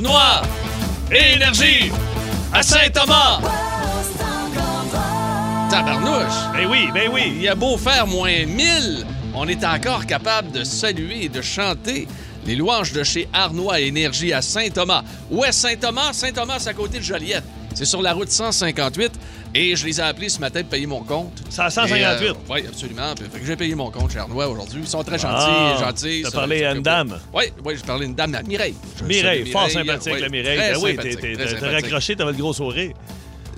Noir et Énergie à Saint-Thomas. Tabarnouche! Ben oui, ben oui. Il y a beau faire moins 1000, on est encore capable de saluer et de chanter les louanges de chez Arnois Énergie à Saint-Thomas. Où est Saint-Thomas? Saint-Thomas, c'est à côté de Joliette. C'est sur la route 158 et je les ai appelés ce matin pour payer mon compte. C'est à 158. oui, euh, absolument. Puis, fait que j'ai payé mon compte chez Arnois aujourd'hui. Ils sont très gentils, Ah, gentils. t'as Ça- parlé ça à fait une beau. dame. Oui, oui, j'ai parlé à une dame, la Mireille. Je Mireille, salue fort Mireille, sympathique, oui, la Mireille. très Ben oui, t'es- sympathique, t'es très t'es sympathique. raccroché, t'avais le gros sourire.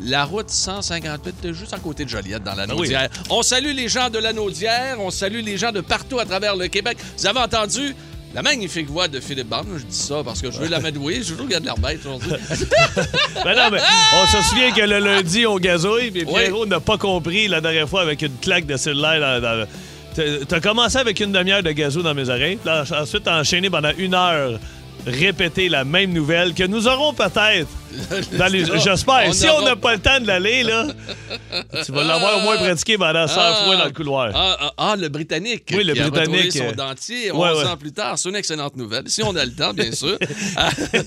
La route 158, t'es juste à côté de Joliette, dans la Ben oui. Naudière. On salue les gens de la Naudière, on salue les gens de partout à travers le Québec. Vous avez entendu la magnifique voix de Philippe Barne. Je dis ça parce que je veux l'amadouer. Je veux toujours qu'il y a de l'air bête aujourd'hui. Ben non, mais on se souvient que le lundi, on gazouille, puis Oui. Pierrot n'a pas compris la dernière fois avec une claque de cellulaire dans... dans- T'as- T'as commencé avec une demi-heure de gazou dans mes oreilles, puis en- ensuite t'as enchaîné pendant une heure répéter la même nouvelle que nous aurons peut-être dans les... J'espère. On Si aura- on n'a pas le temps de l'aller, là, tu vas l'avoir au moins pratiqué pendant 100 Ah. fois dans le couloir. Ah, ah, ah, le Britannique. Oui, le qui a retrouvé Britannique, son euh, dentier 11 ouais, ouais. ans plus tard. C'est une excellente nouvelle. Si on a le temps, bien sûr. Ah.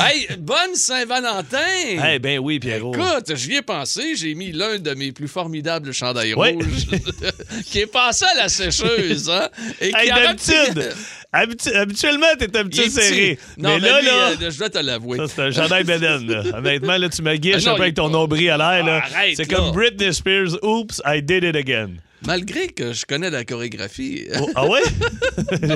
hey, bonne Saint-Valentin! Eh ben oui, Pierrot. Ah. Écoute, j'y ai pensé. J'ai mis l'un de mes plus formidables chandails Oui. rouges qui est passé à la sécheuse. Hein, et Hey, qui aurait pu- d'habitude, habitu- habituellement, t'es un Il est petit petit. serré. Non, mais là, lui, là, euh, je dois te l'avouer. ça, c'est un chandail Beden. là. Honnêtement, là, tu me guiches Ah non, un peu il- Ah, avec ton nombril à l'air. là. Arrête, C'est là. comme Britney Spears, Oops, I did it again. Malgré que je connais la chorégraphie. Oh, ah ouais? non,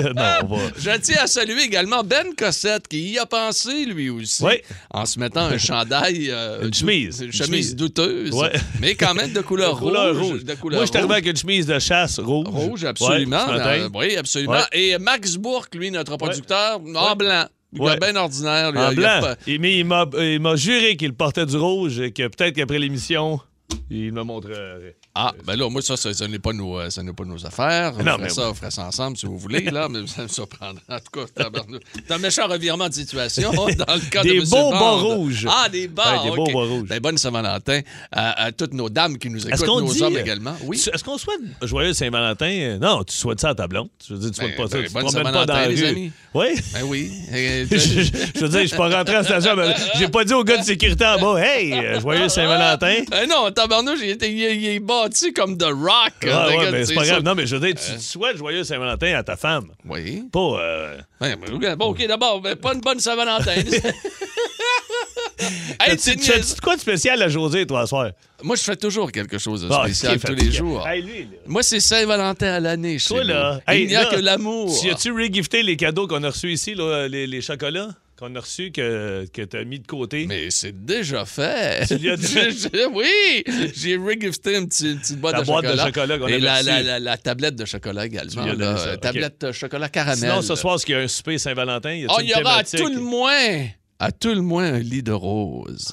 on va. Je tiens à saluer également Ben Cossette qui y a pensé lui aussi Oui. en se mettant un chandail, euh, Une dou- chemise. une Une chemise chemise. douteuse, Ouais. mais quand même de couleur, Couleur rouge, rouge. de couleur Moi, je suis arrivé rouge. avec une chemise de chasse rouge. Rouge, Ouais, absolument. ce matin. Euh, oui, absolument. Ouais. Et Max Bourque, lui, notre producteur, en Ouais. blanc. Il Ouais. est bien ordinaire. lui, En il a blanc. pas- Il, mais il m'a il m'a juré qu'il portait du rouge et que peut-être qu'après l'émission, il me euh, montrerait. Ah, ben là, moi, ça, ça, ça n'est pas, nos, euh, ça n'est pas nos affaires. On Non, ferait mais ça, on ferait ça ensemble, si vous voulez, là, mais ça me surprendrait. En tout cas, tabarnou- c'est un méchant revirement de situation dans le cas de Des M. Bond. beaux bas rouges. Ah, des bas, Ouais, des OK. beaux bas rouges. Ben, bonne Saint-Valentin à, à toutes nos dames qui nous écoutent, qu'on nos dit, hommes euh, également. Oui. Tu- Est-ce qu'on souhaite joyeux Saint-Valentin? Euh, Non, tu souhaites ça à ta blonde. Je veux dire, tu Ben, souhaites pas ça. ben, tu te bonne promènes pas dans la Saint-Valentin, les rue. amis. Oui? Ben oui. Euh, je, je- je veux dire, je suis pas rentré à la station. mais J'ai pas dit au gars de sécurité en bas, hey, euh, joyeux Saint-Valentin. Ah non, tabarnouche, il, était- il est- il est bâti comme The Rock. Ah, ouais, Regarde, mais c'est pas ça. Euh. grave. Non, mais je veux dire, tu tu souhaites joyeux Saint-Valentin à ta femme. Oui. Pas. euh, Ben, ben, regarde, bon, OK, d'abord, ben, pas une bonne Saint-Valentin. Hey, T'as-tu c'est t'as-tu niaise- de quoi de spécial à José, toi, ce soir? Moi, je fais toujours quelque chose de Ah, spécial ok, tous les fatigué. jours. Hey, lui, là. Moi, c'est Saint-Valentin à l'année. chez Toi, là. nous. Il hey, n'y a là, que l'amour. Tu as-tu regifté les cadeaux qu'on a reçus ici, là, les, les chocolats qu'on a reçus que, que t'as mis de côté? Mais c'est déjà fait. Tu lui as dit- Je- je- oui, j'ai regifté une petite, une petite boîte, La de, boîte de chocolat. chocolat qu'on Et avait la, reçue. la, la, la tablette de chocolat également. Tu lui as là. donné ça, Euh, ok. Tablette de chocolat caramel. Sinon, ce soir, est-ce qu'il y a un souper Saint-Valentin? Y a-t-il Oh, une il y aura à thématique? tout le moins, à tout le moins, un lit de rose.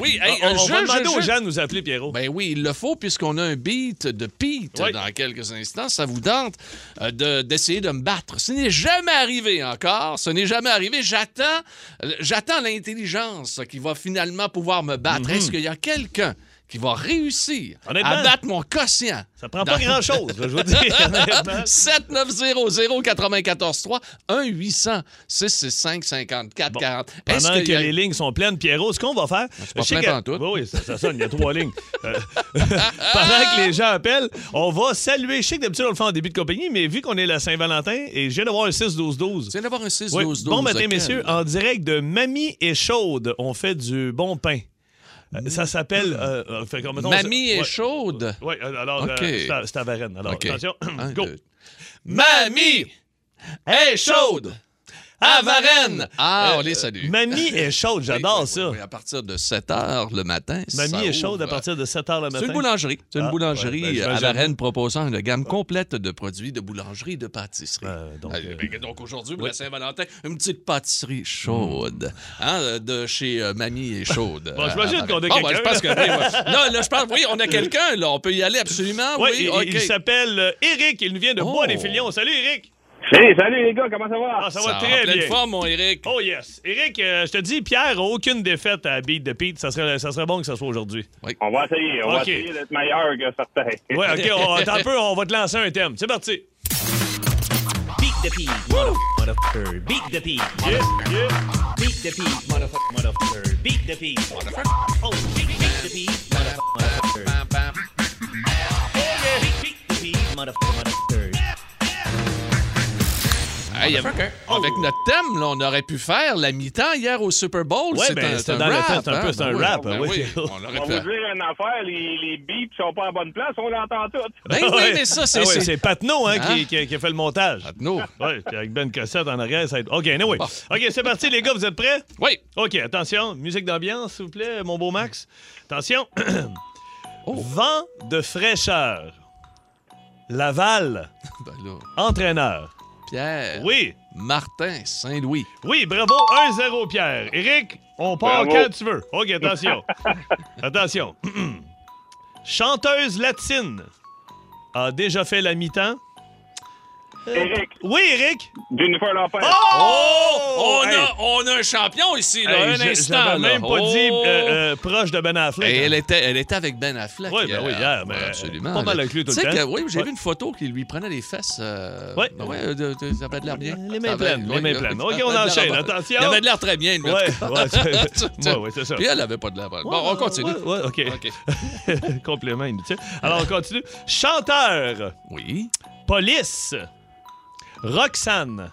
Oui, hey, on, euh, on je- va je- demander aux je- gens de nous appeler, Pierrot. Ben oui, il le faut puisqu'on a un beat de Pete Oui. dans quelques instants. Ça vous tente euh, de- d'essayer de, me battre. Ce n'est jamais arrivé encore. Ce n'est jamais arrivé. J'attends euh, j'attends l'intelligence qui va finalement pouvoir me battre. Est-ce qu'il y a quelqu'un qui va réussir Mhm. Honnêtement, à battre mon quotient? ça prend pas grand-chose, là, je veux dire. honnêtement. 7900-943 1-800-665-5440. Est-ce Pendant qu'il que y a- Ben, les lignes sont pleines, Pierrot, ce qu'on va faire. pas je sais plein que- pantoute. Oui, oui, ça, ça sonne, il y a trois lignes. Euh, pendant que les gens appellent, on va saluer. Je sais que d'habitude, on le fait en début de compagnie, mais vu qu'on est la Saint-Valentin, et je viens d'avoir un 6-12-12. Tu viens d'avoir un 6 Oui. 12 Bon matin, messieurs. En direct de Mamie et Chaude, on fait du bon pain. Euh, Ça s'appelle. euh, euh, fait que, mettons, Mamie est ouais. chaude. Oui, alors, Ok. euh, c'est à- c'est à Varenne. Alors, OK. attention, Un, go. deux. Mamie est chaude à Varennes. Ah, on les salue. Mamie est chaude, Euh, j'adore Oui, oui, ça. oui, à partir de 7 h le matin. ça Mamie est chaude ouvre. à partir de 7 h le matin. C'est une boulangerie. C'est une Ah, boulangerie ouais, ben, euh, à j'imagine. Varennes proposant une gamme complète de produits de boulangerie et de pâtisserie. Euh, donc, Ah, euh, ben, donc aujourd'hui, pour la Saint-Valentin, une petite pâtisserie chaude hein, euh, de chez euh, Mamie et chaude. Hmm. Bon, euh, j'imagine à Varennes. qu'on a Bon, ben, quelqu'un, je pense que oui, ouais. Là, là, je pense, oui, on a quelqu'un. Là, on peut y aller absolument. Ouais, oui, il, OK. il s'appelle euh, Eric. Il nous vient de Oh. Bois-des-Filions. Salut, Eric. Hey, salut les gars, comment ça va? Ah, ça, Ça va en très pleine bien. forme, mon Eric. Oh, yes. Eric, euh, je te dis, Pierre a aucune défaite à Beat de Pete. Ça serait, ça serait bon que ça soit aujourd'hui. On va essayer, on va Ok. essayer d'être meilleur que certains. Ouais, OK. on- Attends un peu, on va te lancer un thème. C'est parti. Beat the pig, motherfucker. Beat the pig, motherfucker. Beat the pig, motherfucker. Motherfucker. Beat the pig, motherfucker. Oh, beat, beat the pig, motherfucker. Beat, beat the pig, motherfucker. Motherfucker. Hey, avec Oh. avec notre thème, là, on aurait pu faire la mi-temps hier au Super Bowl. Ouais, c'est ben, un, c'était un dans le rap, temps, c'est un hein? peu- c'est un Ben oui, rap, ben oui. on On l'aurait va vous fait. dire une affaire, les, les beeps sont pas à bonne place, on l'entend tout. Ben oui, mais ça, Ah. c'est. Ah ouais, c'est- c'est Patnaud hein, Hein? qui, qui a- qui a fait le montage. Nous. Ouais, puis avec Ben Cossette en arrière, ça aide. OK, anyway. Ah. OK, c'est parti, les gars, vous êtes prêts? Oui. OK, attention. Musique d'ambiance, s'il vous plaît, mon beau Max. Attention. Oh. Vent de fraîcheur. Laval, Ben là, entraîneur. Pierre. Oui, Martin Saint-Louis. oui, bravo, 1-0, Pierre. Eric, on part Bravo. quand tu veux. OK, attention. attention. Chanteuse latine a déjà fait la mi-temps. Eric, Oui, Eric. Jennifer Lopez. Ah! Oh! On, Hey. a, on a un champion ici, là, un Hey, je- instant. J'avais là. même pas Oh! dit euh, euh, proche de Ben Affleck. Et hein. elle était, elle était avec Ben Affleck. Ouais, ben oui, hier, mais absolument. pas mal avec lui tout Tu sais le que, temps. oui, j'ai Ouais. vu une photo qui lui prenait les fesses. euh, Ouais. ben ouais, euh, de- de- ça avait de l'air bien. Les mains Ça avait- pleines, les ouais, mains euh, pleines. ça OK, avait on de l'air enchaîne, bonne. attention. Il avait de l'air très bien. lui, en Ouais, tout cas. ouais, c'est- Tu- tu- ouais, ouais, c'est ça. Puis elle avait pas de l'air bonne. Bon, on continue. Ouais, ouais, OK. OK. Complément inutile. Alors, on continue. Chanteur, Oui. police, Roxane.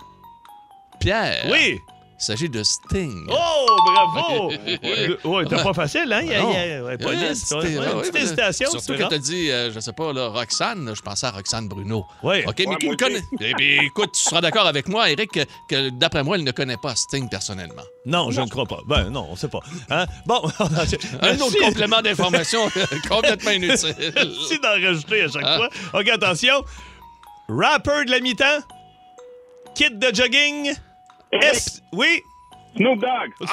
Pierre. Oui. Il s'agit de Sting. Oh, bravo. Ok. Ah Ouais, Ouais, t'as pas facile, hein? Il y a- il y a- ouais, police. Euh, Ouais, ouais, ouais, une ouais, petite ouais. hésitation. Surtout tu quand verras. t'as dit, euh, je sais pas, là, Roxane, je pensais à Roxane Bruno. Ouais. OK, mais Ouais, qui moi le connaît? Eh bien, écoute, tu seras d'accord avec moi, Eric, que, que d'après moi, elle ne connaît pas Sting personnellement. Non, je ne crois pas. Ben non, on sait pas. Hein? Bon, Un autre Merci. complément d'information euh, complètement inutile. Merci d'en rajouter à chaque Ah. fois. OK, attention. Rapper de la mi-temps. Kit de jogging. S. Oui. Snoop Dogg. Ah!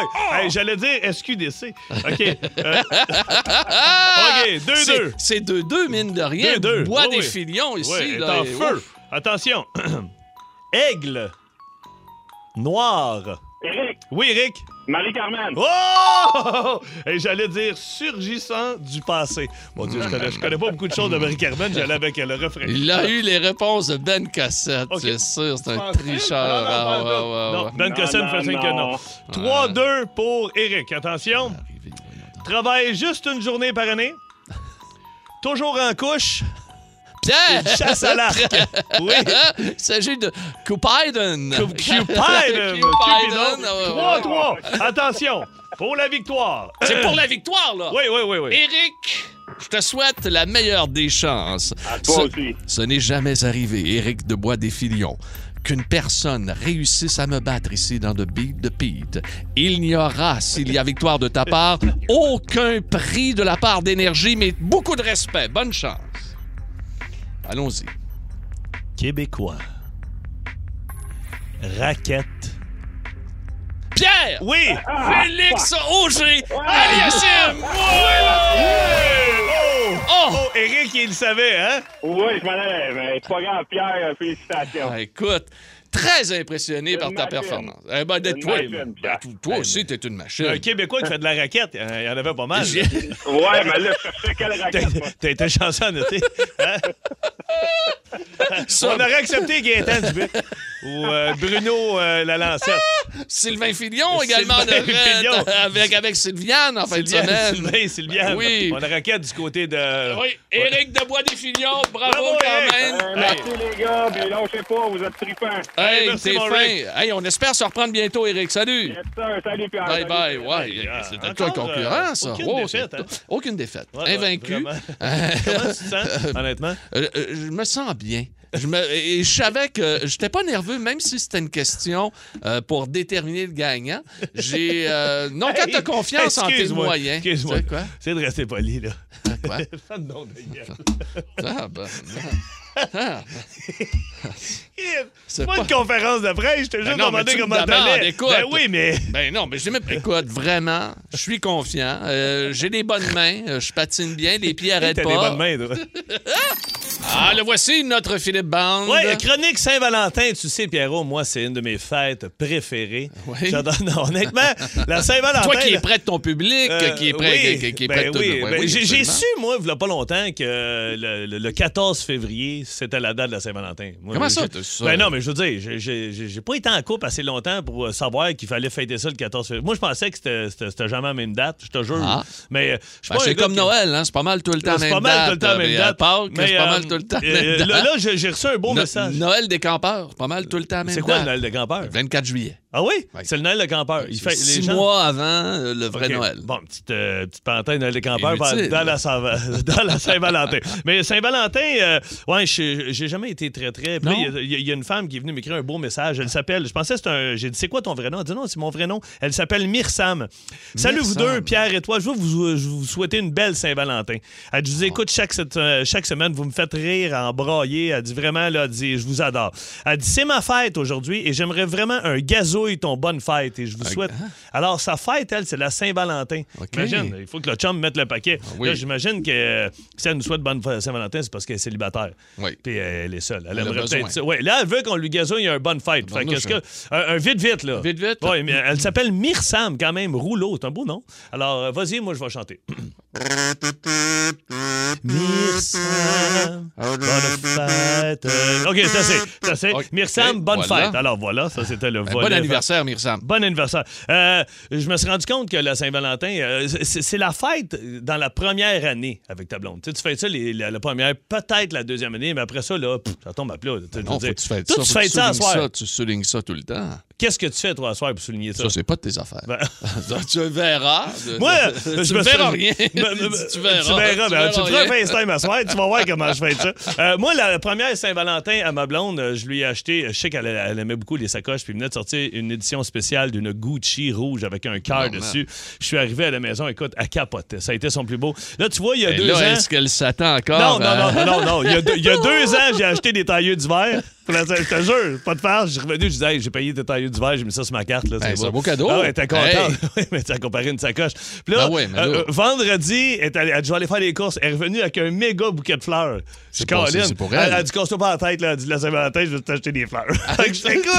Snoop Oh! Dogg. Ah! Hey, J'allais dire SQDC. OK. euh, OK, 2-2. C'est- C'est 2-2, mine de rien. Deux, deux. Bois Oui, des oui. filions ici. Ouais, elle est là, en et- feu. ouf. Attention. Aigle. Noir. Eric, Oui, Rick. Marie-Carmen. Oh! Et j'allais dire surgissant du passé. Mon Dieu, je connais, je connais pas beaucoup de choses de Marie-Carmen. J'allais avec le refrain. Il a eu les réponses de Ben Cassette, OK. c'est sûr. C'est un Ah, tricheur. Ah, ouais, ouais, ouais. Non, Ben Non, Cossette non, fait signe que non. non. 3-2 pour Eric. Attention. Arrivé, voyons donc. Travaille juste une journée par année. Toujours en couche. Pierre! Hein? Chasse à l'arc. Oui. Il s'agit de Cupidon. Cupidon. Cupidon. ah, ouais, ouais. 3-3. Attention. Pour la victoire. Euh, C'est pour la victoire, là. Oui, oui, oui, oui. Eric, je te souhaite la meilleure des chances. À toi Ce, aussi. ce n'est jamais arrivé, Eric de Bois des Filions, qu'une personne réussisse à me battre ici dans The Beat de Pete. Il n'y aura, s'il y a victoire de ta part, aucun prix de la part d'énergie, mais beaucoup de respect. Bonne chance. Allons-y. Québécois. Raquette. Pierre! Oui. Ah, Félix Auger! Aliassim! Oh! ah. Oh! Oh, Eric, il le savait, hein? Oui, je m'en allais, mais c'est pas grave, Pierre, euh, félicitations. Ah, écoute, très impressionné par ta machine. performance. Eh ben, de Une toi, machine, ben, Pierre. toi- toi aussi, t'es une machine. Un Québécois qui fait de la raquette. euh, Il y en avait pas mal. J'ai- Ouais, mais là, je cherchais quelle raquette. moi. T'as- T'as été chanceux, tu sais. Hein? Ça, On aurait accepté Gaëtan Dubé ou euh, Bruno euh, la lancette. Sylvain Filion Sylvain également de Rennes, Filion. avec, avec Sylviane en fin de Sylviane, semaine. Sylvain, Ah, Sylviane. Oui. On a raquette du côté de. Oui, Éric Debois des Filions, bravo, Bravo, quand Éric. même. Euh, merci les gars, puis lâchez pas, vous êtes trippants. Hey, merci, t'es mon fin. Rick. Hey, on espère se reprendre bientôt, Éric. Salut. Yes, sir. Salut Pierre. Bye Salut. bye, ouais, euh, c'est un encore, cas concurrent, euh, ça. aucune Oh, défaite, c'est- hein? Aucune défaite. Ouais, Invaincu. vraiment. Comment tu te sens, honnêtement? Euh, euh, je me sens bien. Je, me, et je savais que j'étais pas nerveux, même si c'était une question euh, pour déterminer le gagnant. J'ai euh, non quand t'as Hey, confiance en tes excuse-moi, moyens. Excuse-moi. Tu sais quoi? C'est de rester poli, là. Quoi? Pas de nom de gueule. Ah, ben, ben. Ah, C'est C'est pas pas- Ben une conférence de presse, je t'ai juste non, mais demandé tu me comment demandes, t'allais. écoute. Ben oui, mais. ben non, mais je dis, mais écoute, vraiment, je suis confiant. Euh, J'ai des bonnes mains, euh, je patine bien, les pieds T'as arrêtent des pas. bonnes mains, toi. Ah, le voici, notre Philippe Bande. Ouais, chronique Saint-Valentin, tu sais, Pierrot, moi, c'est une de mes fêtes préférées. Oui. J'adore- non, honnêtement, la Saint-Valentin. Toi qui là, es près de ton public, euh, qui est près, oui, qui, qui est ben près de tout. oui, Ouais, ben oui, j'ai, j'ai absolument. su, moi, il n'y a pas longtemps, que euh, le, le- le 14 février, c'était la date de la Saint-Valentin. Moi, Comment ça, je- t'as su ça? Ben non, mais je veux dire, j'ai- j'ai j'ai- j'ai pas été en couple assez longtemps pour euh, savoir qu'il fallait fêter ça le 14 février. Moi, je pensais que c'était- c'était c'était jamais la même date, je te jure. Ah. Mais euh, je suis Ben, pas un c'est gars comme qui- Noël, hein? C'est pas mal tout le temps C'est même pas mal tout le temps la date, même mais à date. Pâques, Mais, c'est pas mal euh, tout le temps la euh, même date. Là, là, j'ai j'ai reçu un beau No- message. Noël des campeurs, pas mal tout le temps la même C'est quoi le date. Noël de campeur? Le 24 juillet. Ah oui? Ouais. C'est le Noël de campeur. Il C'est fait ben, six les gens- mois avant euh, le vrai OK. Noël. Bon, petite, euh, petite parenthèse dans les campeurs par- Inutile. dans la, Saint- dans la Saint-Valentin. Mais Saint-Valentin, euh, ouais, je- j'ai jamais été très, très. Puis là, Non? Il y a- il y, a une femme qui est venue m'écrire un beau message. Elle s'appelle, je pensais que c'était un. J'ai dit, c'est quoi ton vrai nom? Elle dit, non, c'est mon vrai nom. Elle s'appelle Myrsam. Salut vous Myrsam. deux, Pierre et toi. Je veux vous, je veux vous souhaiter une belle Saint-Valentin. Elle dit, je vous écoute chaque, cette- euh, chaque semaine. Vous me faites rire, en brailler. Elle dit, vraiment, là, elle dit, je vous adore. Elle dit, c'est ma fête aujourd'hui et j'aimerais vraiment un gazouille ton bonne fête et je vous souhaite. Alors, sa fête, elle, c'est la Saint-Valentin. Ah, OK. Ah Imagine, il faut que le chum mette le paquet. oui. Là, j'imagine que euh, si elle nous souhaite bonne fête à Saint-Valentin, c'est parce qu'elle est célibataire. Oui. Puis euh, elle est seule. Elle Elle, a aimerait besoin. peut-être ça. Ouais, là, elle veut qu'on lui gazouille un bonne fête. Fait que Tabarnouche, est-ce que- un, un vite, vite, là. Vite, vite. Oui, mais elle s'appelle Myrsam, quand même. Rouleau, c'est un beau nom. Alors, euh, vas-y, moi, je vais chanter. Myrsam, Ah, bonne fête. OK, ça c'est. Ça c'est. OK, Myrsam, bonne voilà. fête. Alors, voilà, ça, c'était le Un volet bon anniversaire, Mirsam. Bon anniversaire. Euh, je me suis rendu compte que la Saint-Valentin, euh, c'est c'est la fête dans la première année avec ta blonde. Tu, sais, tu fais ça les- la, la première, peut-être la deuxième année, mais après ça, là, pff, ça tombe à plat. Tu sais, je veux Ben Non, faut dire, que tu fais toi, ça. tu faut que fêtes ça à soulignes soir. ça, Tu soulignes ça tout le temps. Qu'est-ce que tu fais, toi, à soir, pour souligner ça? Ça, c'est pas de tes affaires. Ben, Donc, tu verras. de- Moi, tu je me ne suis- verras rien. Me- me- Tu dis, tu verras. Tu verras. verras ben, Tu feras un rien. FaceTime à soir, tu vas voir comment je fais ça. Euh, moi, la première Saint-Valentin à ma blonde, euh, je lui ai acheté, je sais qu'elle elle aimait beaucoup les sacoches, puis elle venait de sortir une édition spéciale d'une Gucci rouge avec un cœur Normal. dessus. Je suis arrivé à la maison, écoute, à capoter. Ça a été son plus beau. Là, tu vois, il y a Et deux Ben là, hein, ans. est-ce qu'elle s'attend Non, encore? non, à- non, non, non, non. Il y a deux, il y a deux ans, j'ai acheté des tailleux d'hiver. Pour la- Je te jure, pas de farce. Je suis revenu, je disais, Hey, j'ai payé des tailleux d'hiver, j'ai mis ça sur ma carte. là, Ben, c'est un beau. beau cadeau. Ah, ouais, t'es content. Hey. Oui, mais t'as comparé une sacoche. Puis là, Ben ouais, mais là- euh, euh, vendredi, elle est allée- elle dit, je vais aller faire des courses. Elle est revenue avec un méga bouquet de fleurs. Je pas- câline. c'est pour elle. Ah, Elle, a dit, casse-toi pas la tête, là. Elle dit, la Saint-Valentin, je vais t'acheter des fleurs. Fait que je fais, Écoute,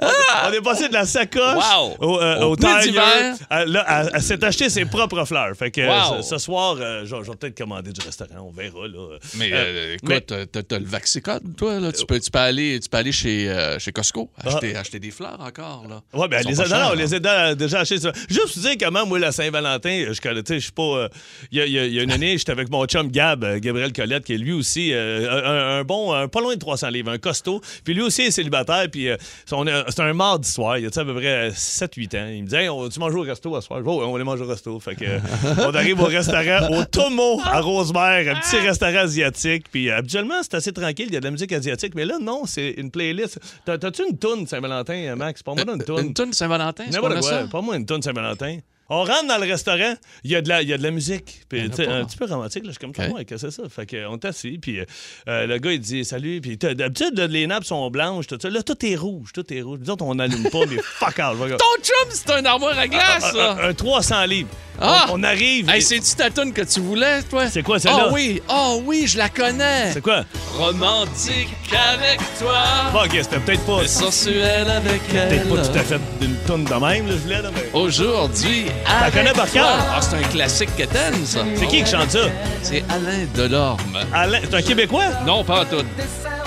on, on est passé de la sacoche Wow. au, euh, Au au plat tailleur. d'hiver. Elle, là, elle- elle s'est acheté ses propres fleurs. Fait que Wow. euh, ce, ce soir, euh, je vais je vais peut-être commander du restaurant. On verra, là. Mais Euh, euh, écoute, euh, t'as, t'as le vaccicode, toi. Là. Tu, peux, tu, peux aller, tu peux aller chez, euh, chez Costco, acheter, acheter des fleurs encore. Là. Ah. Ouais, ben, euh, Ils sont les pas a, non, chers, non, on là. les a dans- déjà achetés. ça. Juste vous dire comment, moi, la Saint-Valentin, je connais, tu sais, je suis pas. euh, Il y, a- il y a- il y a une année, j'étais avec mon chum Gab, euh, Gabriel Colette, qui est lui aussi euh, un, un bon, un pas loin de 300 livres, un costaud. Puis lui aussi est célibataire. Puis euh, on a- c'est un mardi soir, il y a tu sais, à peu près 7-8 ans. Il me dit Hey, on, tu manges au resto à soir. Je dis, Oh, ouais, on va aller manger au resto. Fait que, euh, on arrive au restaurant, au Tomo, à Rosemère, un petit restaurant asiatique. Puis euh, habituellement, c'est assez tranquille, il y a de la musique asiatique. Mais là, non, c'est une playlist. T'as- T'as-tu une toune, Saint-Valentin, euh, Max? Pour moi, une toune. Euh, Une toune Saint-Valentin, c'est N'importe pas quoi. ça? Pas moi une tonne Saint-Valentin. On rentre dans le restaurant, il y a de la, il y a de la musique. Puis, en a tu sais, pas. un petit peu romantique, là, je suis comme, Ok. ouais, qu'est-ce que c'est ça? Fait que, euh, on est assis, puis euh, euh, le gars, il dit, salut. Puis, t'as- d'habitude, là, les nappes sont blanches, tout ça. Là, tout est rouge, tout est rouge. Nous autres, on n'allume pas, mais fuck out. va- Ton chum, c'est un armoire à glace, un, là! un 300 livres. Ah! On, on arrive. Hey, et- c'est-tu ta toune que tu voulais, toi? C'est quoi, Ah celle-là? oui, ah oui, je la connais! C'est quoi? Romantique avec toi, Fuck, c'était peut-être pas, sensuelle avec elle. peut-être pas tout à fait d'une tonne de même, là, je voulais, là, mais- Oh, Aujourd'hui, avec connais par toi. cœur? Ah, c'est un classique que t'aimes, ça. C'est qui qui chante ça? C'est Alain Delorme. Alain, c'est un Québécois? Non, pas en tout.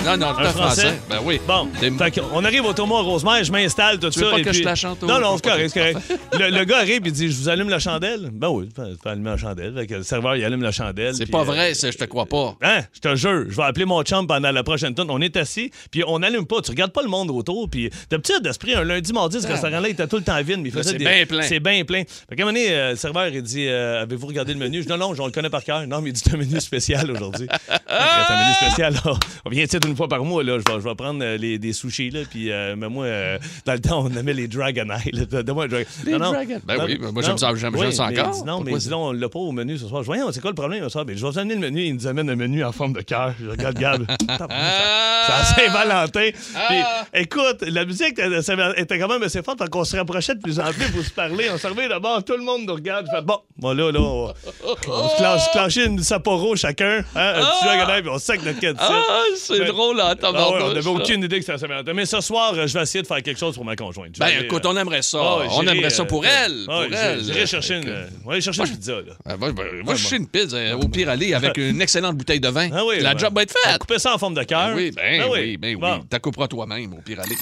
Non, non, tout Un en français. Français? Ben oui. Bon, Des- on arrive au tournoi à Rosemère, je m'installe, tout veux ça. pas et que puis- je la chante au- Non, non, c'est pas correct, c'est correct. Le, le gars arrive et dit Je vous allume la chandelle Ben oui, tu peux- tu peux allumer la chandelle. Fait que le serveur, il allume la chandelle. c'est puis, pas euh, vrai, ça, je te crois pas. Hein, je te jure, je vais appeler mon chum pendant la prochaine tune. On est assis, puis on n'allume pas. Tu regardes pas le monde autour, puis d'habitude, d'esprit, un lundi, mardi, ce restaurant-là, il était tout le temps vide, mais il faisait Ah. c'est des- bien plein. C'est bien plein. Fait qu'à un moment donné, euh, le serveur, il dit euh, Avez-vous regardé le menu Je dis Non, non, on le connaît par cœur. Non, mais il dit C'est un menu spécial aujourd'hui. Fait que C'est un menu spécial. là. On vient ici une fois par mois, là. Je vais, je vais prendre euh, les, des sushis, là, puis euh, mais moi, euh, dans le temps, on aimait les Dragon Eye. là. Donne-moi un Dragon Les Dragon- Ben oui, ben moi, j'aime ça- j'aime- Oui, j'aime ça mais encore. dis Non, mais Pourquoi dis donc, on l'a pas au menu ce soir. Je dis, Voyons, c'est quoi le problème ce soir? Ben, je vais vous amener le menu. Il nous amène un menu en forme de cœur. Je regarde, Gab. C'est à Saint-Valentin. Ah! Puis, écoute, la musique de Saint-Valentin était quand même assez forte. Fait qu'on se rapprochait de plus en plus pour se parler. On servait d'abord, tout le monde nous regarde. Fait, bon, bon, là, là, on, on se clenche- se clenchait une Sapporo chacun. Hein, un petit Dragon Eye, puis on sac notre canne. Ah, c'est Ben, drôle en temps Ah ouais, on n'avait aucune idée que ça s'améliorait. Mais ce soir, euh, je vais essayer de faire quelque chose pour ma conjointe. Je vais Ben aller, écoute, euh, on aimerait ça. ah ouais, on j'irai, aimerait ça euh, pour elle. ah ouais, pour j'irai- elle. J'irai chercher une. euh, ouais, j'irai chercher une pizza, là. Ah, moi, je- moi, je suis une pizza. euh, Au pire, aller avec une excellente bouteille de vin. Ah oui, La ben, job va être on faite. Couper ça en forme de cœur. Ben oui, ben Ah oui, ben oui. Bon. T'as couperas toi-même, au pire aller.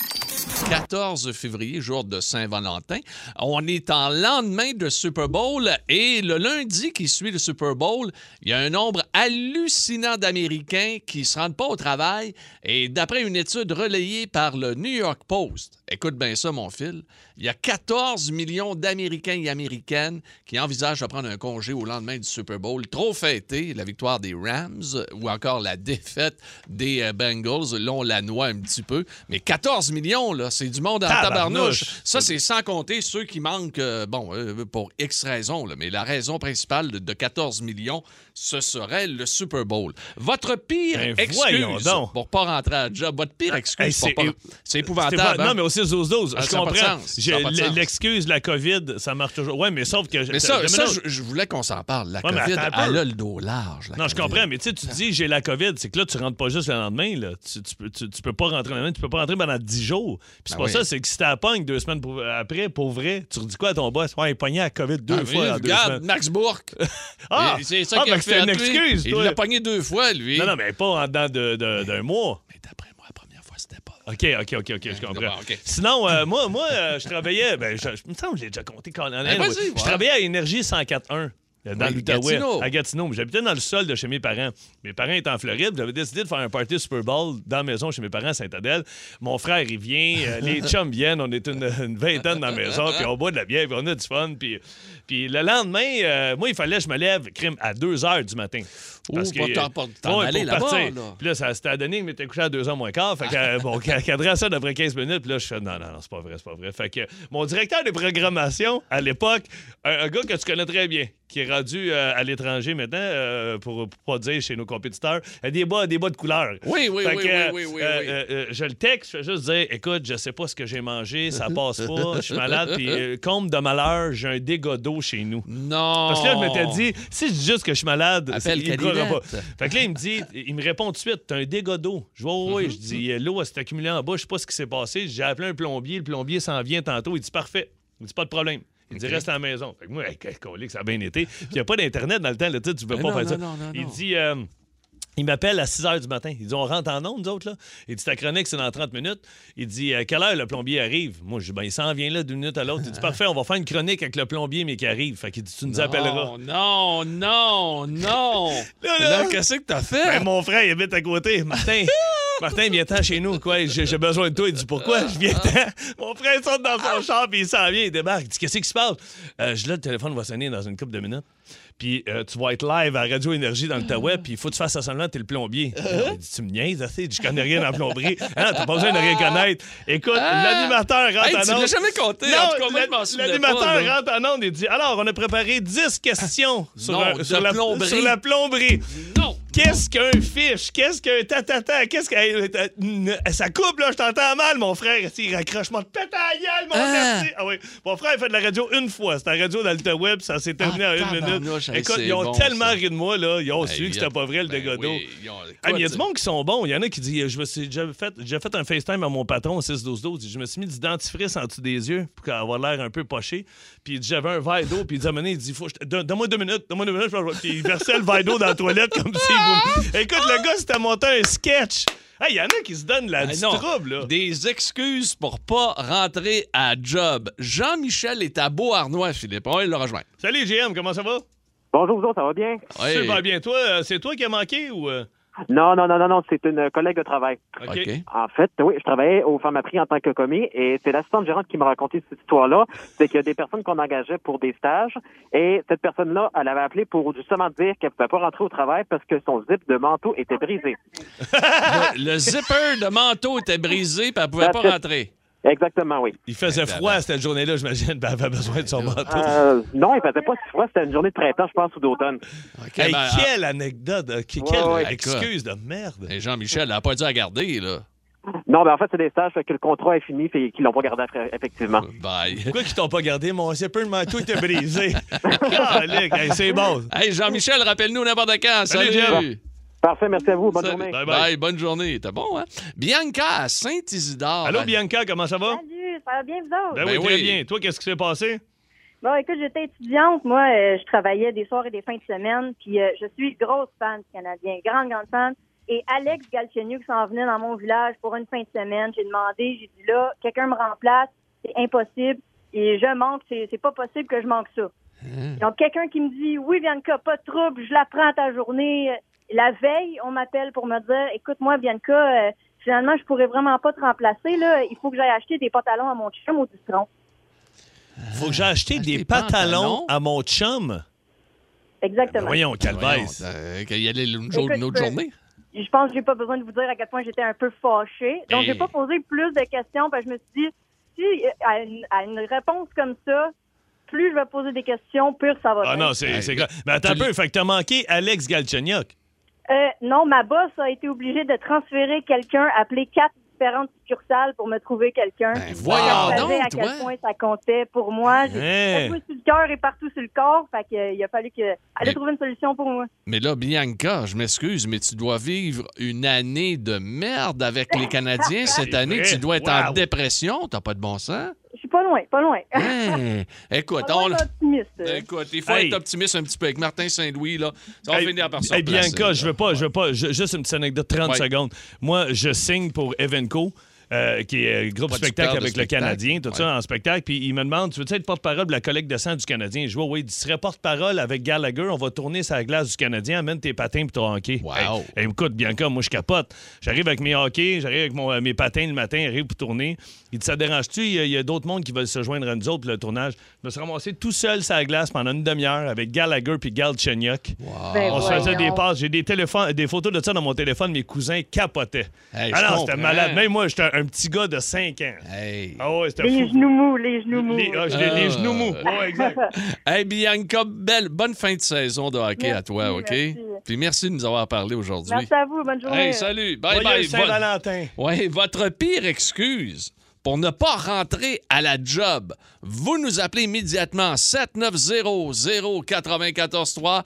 14 février, jour de Saint-Valentin. On est en lendemain de Super Bowl et le lundi qui suit le Super Bowl, il y a un nombre hallucinant d'Américains qui se rendent pas au travail et d'après une étude relayée par le New York Post, écoute bien ça mon fil, il y a 14 millions d'Américains et Américaines qui envisagent de prendre un congé au lendemain du Super Bowl, trop fêté, la victoire des Rams euh, ou encore la défaite des euh, Bengals, là on la noie un petit peu, mais 14 millions là, c'est du monde en Tabarnouche. tabarnouche. Ça, c'est sans compter ceux qui manquent, euh, bon, euh, pour X raisons, là, mais la raison principale de, de 14 millions, ce serait le Super Bowl. Votre pire Ben, voyons excuse donc. Ah, pour pas rentrer à job, votre pire excuse Hey, pour c'est- pas... C'est épouvantable. Stéphane, hein? Non, mais aussi 12-12. Ah, je ça a pas de comprends. sens, ça J'ai a pas de l- sens. L'excuse, la COVID, ça marche toujours. Ouais, mais sauf que. Mais ça, Deux ça, je, minutes. je voulais qu'on s'en parle. La Ouais, mais COVID, attends un peu. elle a le dos large. la Non, je COVID. comprends, mais tu sais, tu dis j'ai la COVID, c'est que là, tu rentres pas juste le lendemain, là. Tu, tu peux, tu, tu peux pas rentrer le lendemain, tu peux pas rentrer pendant 10 jours. Puis c'est Ben pas oui. ça, c'est que si t'es à la pogne deux semaines pour- après, pour vrai, tu redis quoi à ton boss? Ouais, il est pogné à la COVID deux Ah, fois oui, en deux regarde, semaines. Max Bourque. Ah, Et c'est ça ah, qu'il a ben, c'était fait, une lui. excuse, Il toi. l'a Ben, pogné deux fois, lui. Non, non, mais pas en dedans de- de- d'un mois. Mais d'après moi, la première fois, c'était pas. OK, OK, OK, OK, je comprends. bon, OK. Sinon, euh, moi, moi euh, je travaillais, ben, je, je me semble que j'ai déjà compté quand Ben, vas-y, Je voir. travaillais à Énergie 104.1. euh, Dans Oui, l'Outaouais, Gatineau. à Gatineau. mais J'habitais dans le sol de chez mes parents. Mes parents étaient en Floride. J'avais décidé de faire un party Super Bowl dans la maison chez mes parents à Saint-Adèle. Mon frère, il vient. euh, les chums viennent. On est une, une vingtaine dans la maison. Puis on boit de la bière. Puis on a du fun. Puis, puis le lendemain, euh, moi, il fallait que je me lève, crime, à 2 h du matin. Oh, pas t'en- pas t'en Ouais, aller pour là-bas, partir. là. Puis là, ça s'était donné, mais t'es couché à 2h moins quart. Fait que, euh, bon, qu'à- qu'adresse ça d'après 15 minutes. Puis là, je fais, non, non, non, c'est pas vrai, c'est pas vrai. Fait que euh, mon directeur de programmation, à l'époque, un, un gars que tu connais très bien, qui est rendu euh, à l'étranger maintenant, euh, pour, pour pas dire chez nos compétiteurs, euh, des bas, des bas de couleur. Oui, oui, Fait oui, que, oui, euh, oui, oui, euh, oui. euh, euh, je le texte, je fais juste dire, écoute, je sais pas ce que j'ai mangé, ça passe pas, je suis malade, puis euh, comble de malheur, j'ai un dégât d'eau chez nous. Non. Parce que là, je m'étais dit, si je dis juste que je suis malade, Oh. Appelle c'est- il me Cadillac. croira pas. Fait que là, il me dit, il me répond tout de suite, t'as un dégât d'eau. Je vois, oui, Mhm. je dis, euh, l'eau elle s'est accumulée en bas, je sais pas ce qui s'est passé. J'ai appelé un plombier, le plombier s'en vient tantôt. Il dit, parfait. Il dit, pas de problème. Il dit, reste à la maison. Fait que moi, hey, quel colique, ça a bien été. Puis il n'y a pas d'Internet dans le temps, là, tu sais, tu peux Mais pas non, faire non, ça. non, non, il non. dit, euh, il m'appelle à 6 h du matin. Il dit, on rentre en onde, nous autres, là. Il dit, ta chronique, c'est dans 30 minutes. Il dit, à quelle heure le plombier arrive? Moi, je dis, ben, il s'en vient là d'une minute à l'autre. Il dit, parfait, on va faire une chronique avec le plombier, mais qui arrive. Fait qu'il dit, tu nous appelleras. Non, non, non, non. Là, là. qu'est-ce que t'as fait? Ben, mon frère, il habite à côté. Martin, Martin, viens-t'en chez nous. Quoi, j'ai, j'ai besoin de toi. Il dit pourquoi? Je Ah. viens-t'en. Mon frère il saute dans son char, puis il s'en vient, il débarque. Il dit qu'est-ce qui se passe? Euh, je dis, là, le téléphone va sonner dans une couple de minutes. Puis euh, tu vas être live à Radio Énergie dans le Ah. Tawet, puis il faut que tu fasses semblant, t'es le plombier. Il dit, tu me niaises, assez, je connais rien en plomberie. Hein, t'as pas besoin de rien connaître. Écoute, l'animateur rentre Ah. Hey, en tu l'as onde. jamais compté. Non, en tout cas, moi, je m'en l'an- souvenais pas, l'animateur là. Ah. rentre en onde et dit Alors, on a préparé 10 questions sur, Non, un- de sur la, plomberie. sur la plomberie. Non. Qu'est-ce qu'un fiche? Qu'est-ce qu'un tatata? Qu'est-ce euh, que. Ça coupe, là, je t'entends mal, mon frère. Il raccroche, mon pète à la gueule, mon Ah! merci. Ah oui. Mon frère, il fait de la radio une fois. C'était la radio d'Alta Web, ça s'est terminé Ah, à une tabarnouche, minute. hey, Écoute, c'est ils ont bon, tellement ça. ri de moi, là. Ils ont Ben, su que il y a- c'était pas vrai, le ben dégât d'eau. oui, ils ont- Ah, mais il y a écoute, du monde qui sont bons. Il y en a qui disent je me suis déjà fait, j'ai fait un FaceTime à mon patron au 6-12-12. Je me suis mis du dentifrice en dessous des yeux pour avoir l'air un peu poché. Puis il dit j'avais un verre d'eau. Puis il dit Amenez, il dit Faut que je te- donne- donne-moi deux minutes, donne-moi deux minutes. Puis il versait le verre d'eau dans la toilette comme si. Vous... Écoute, le gars, c'était monté un sketch. Hey, Il y en a qui se donnent la, Ah, du non. trouble. Là. Des excuses pour pas rentrer à job. Jean-Michel est à Beauharnois, Philippe. On va le rejoindre. Salut, GM, comment ça va? Bonjour, vous autres, ça va bien? Ouais. Super bien. Toi, euh, c'est toi qui as manqué ou. euh? Non, non, non, non, non, c'est une collègue de travail. OK. OK. En fait, oui, je travaillais au Pharmaprix en tant que commis et c'est l'assistante gérante qui me racontait cette histoire-là. C'est qu'il y a des personnes qu'on engageait pour des stages et cette personne-là, elle avait appelé pour justement dire qu'elle ne pouvait pas rentrer au travail parce que son zip de manteau était brisé. Le, le zipper de manteau était brisé, puis elle pouvait pas That's it. rentrer. Exactement, oui. Il faisait froid cette journée-là, j'imagine. Ben, elle avait besoin de son manteau. Euh, non, il faisait pas si froid, c'était une journée de printemps, je pense, ou d'automne. OK, Hey, ben, quelle anecdote! euh, que- Ouais, quelle ouais. excuse de merde! Et ah, Jean-Michel, elle a pas dû la garder, là. Non, mais en fait, c'est des stages fait que le contrat est fini et qu'ils l'ont pas gardé après, effectivement. Ah. Bye. Pourquoi qu'ils t'ont pas gardé? Mon zipper de manteau était brisé. Calique, hey, c'est bon. Hey, Jean-Michel, rappelle-nous n'importe quand. Salut, Salut. Jeff. Parfait, merci à vous. Bonne Ça- journée. Bye-bye. bonne journée. T'es bon, hein? Bianca à Saint-Isidore. Allô, À- Bianca, comment ça va? Salut, ça va bien vous autres? Ben, Ah, Ben oui, très oui. bien. Toi, qu'est-ce qui s'est passé? Bon, écoute, j'étais étudiante, moi, euh, je travaillais des soirs et des fins de semaine, puis euh, je suis grosse fan du Canadien, grande, grande fan. Et Alex Galchenyuk s'en venait dans mon village pour une fin de semaine. J'ai demandé, j'ai dit là, quelqu'un me remplace, c'est impossible, et je manque, c'est c'est pas possible que je manque ça. Hein? Donc, quelqu'un qui me dit, oui, Bianca, pas de trouble, je la prends à ta journée. La veille, on m'appelle pour me dire, écoute-moi, Bianca, euh, finalement, je pourrais vraiment pas te remplacer, là, il faut que j'aille acheter des pantalons à mon chum au citron. Faut que j'ai acheté Acheter des pantalons Ah, pantalons? à mon chum. Exactement. Ben Voyons, Voyons, Calvaise. euh, Qu'il y allait une, jour- une autre Écoute, journée. je pense que j'ai pas besoin de vous dire à quel point j'étais un peu fâchée. Donc, Hey. j'ai pas posé plus de questions parce que je me suis dit, si euh, à une, à une réponse comme ça, plus je vais poser des questions, pire ça va. Ah être. non, c'est Hey, c'est grave. Mais attends un tu peu, fait que t'as manqué Alex Galchenyuk. Euh, non, ma boss a été obligée de transférer quelqu'un, appeler quatre différentes succursales pour me trouver quelqu'un. Ben, Je voyons savais donc, à quel toi. point ça comptait pour moi. J'ai Hein? tatoué sur le cœur et partout sur le corps. Fait qu'il a fallu que... Elle Mais- a trouvé une solution pour moi. Mais là, Bianca, je m'excuse, mais tu dois vivre une année de merde avec les Canadiens cette C'est année. vrai. Tu dois être en Wow. dépression. T'as pas de bon sens. Je suis pas loin, pas loin. Hein? Écoute, Pas on... loin d'optimiste. Ben, Euh, Écoute, il faut Hey. être optimiste un petit peu avec Martin Saint-Louis. là. Ça va Hey, finir par se hey, replacer, Bianca, là. je veux pas, je veux pas. ju- juste une petite anecdote, 30 Ouais. secondes. Moi, je signe pour Evenco. euh, qui est euh, groupe Producteur spectacle de avec le spectacle. Canadien, tout ça en spectacle. Puis il me demande Tu veux être porte-parole de la collecte de sang du Canadien Je vois, oui, tu serais porte-parole avec Gallagher, on va tourner sa glace du Canadien, amène tes patins pour ton hockey. Wow. Hey, hey, écoute, Bianca, moi je capote. J'arrive avec mes hockey, j'arrive avec mon, euh, mes patins le matin, j'arrive pour tourner. Il dit Ça te dérange-tu Il y a- il y a, d'autres mondes qui veulent se joindre à nous autres pour le tournage. Je me suis ramassé tout seul sa glace pendant une demi-heure avec Gallagher puis Galchenyuk. Ben, On se faisait des voyons. passes. J'ai des téléphones, des photos de ça dans mon téléphone. Mes cousins capotaient. Hey, je Alors, c'était comprends. malade. Même moi, j'étais un petit gars de 5 ans. Hey. Ah ouais, c'était Les fou. genoux mous, les genoux mous. Les, ah, j'ai les- les genoux mous. Ah. Ouais, exact. Hey Bianca, belle, bonne fin de saison de hockey à Merci, toi, OK? merci. Puis merci de nous avoir parlé aujourd'hui. Merci à vous, bonne journée. Hey, salut. Bye bye. Vo- Joyeux Saint-Valentin. Ouais, votre pire excuse pour ne pas rentrer à la job, vous nous appelez immédiatement 790-094-3,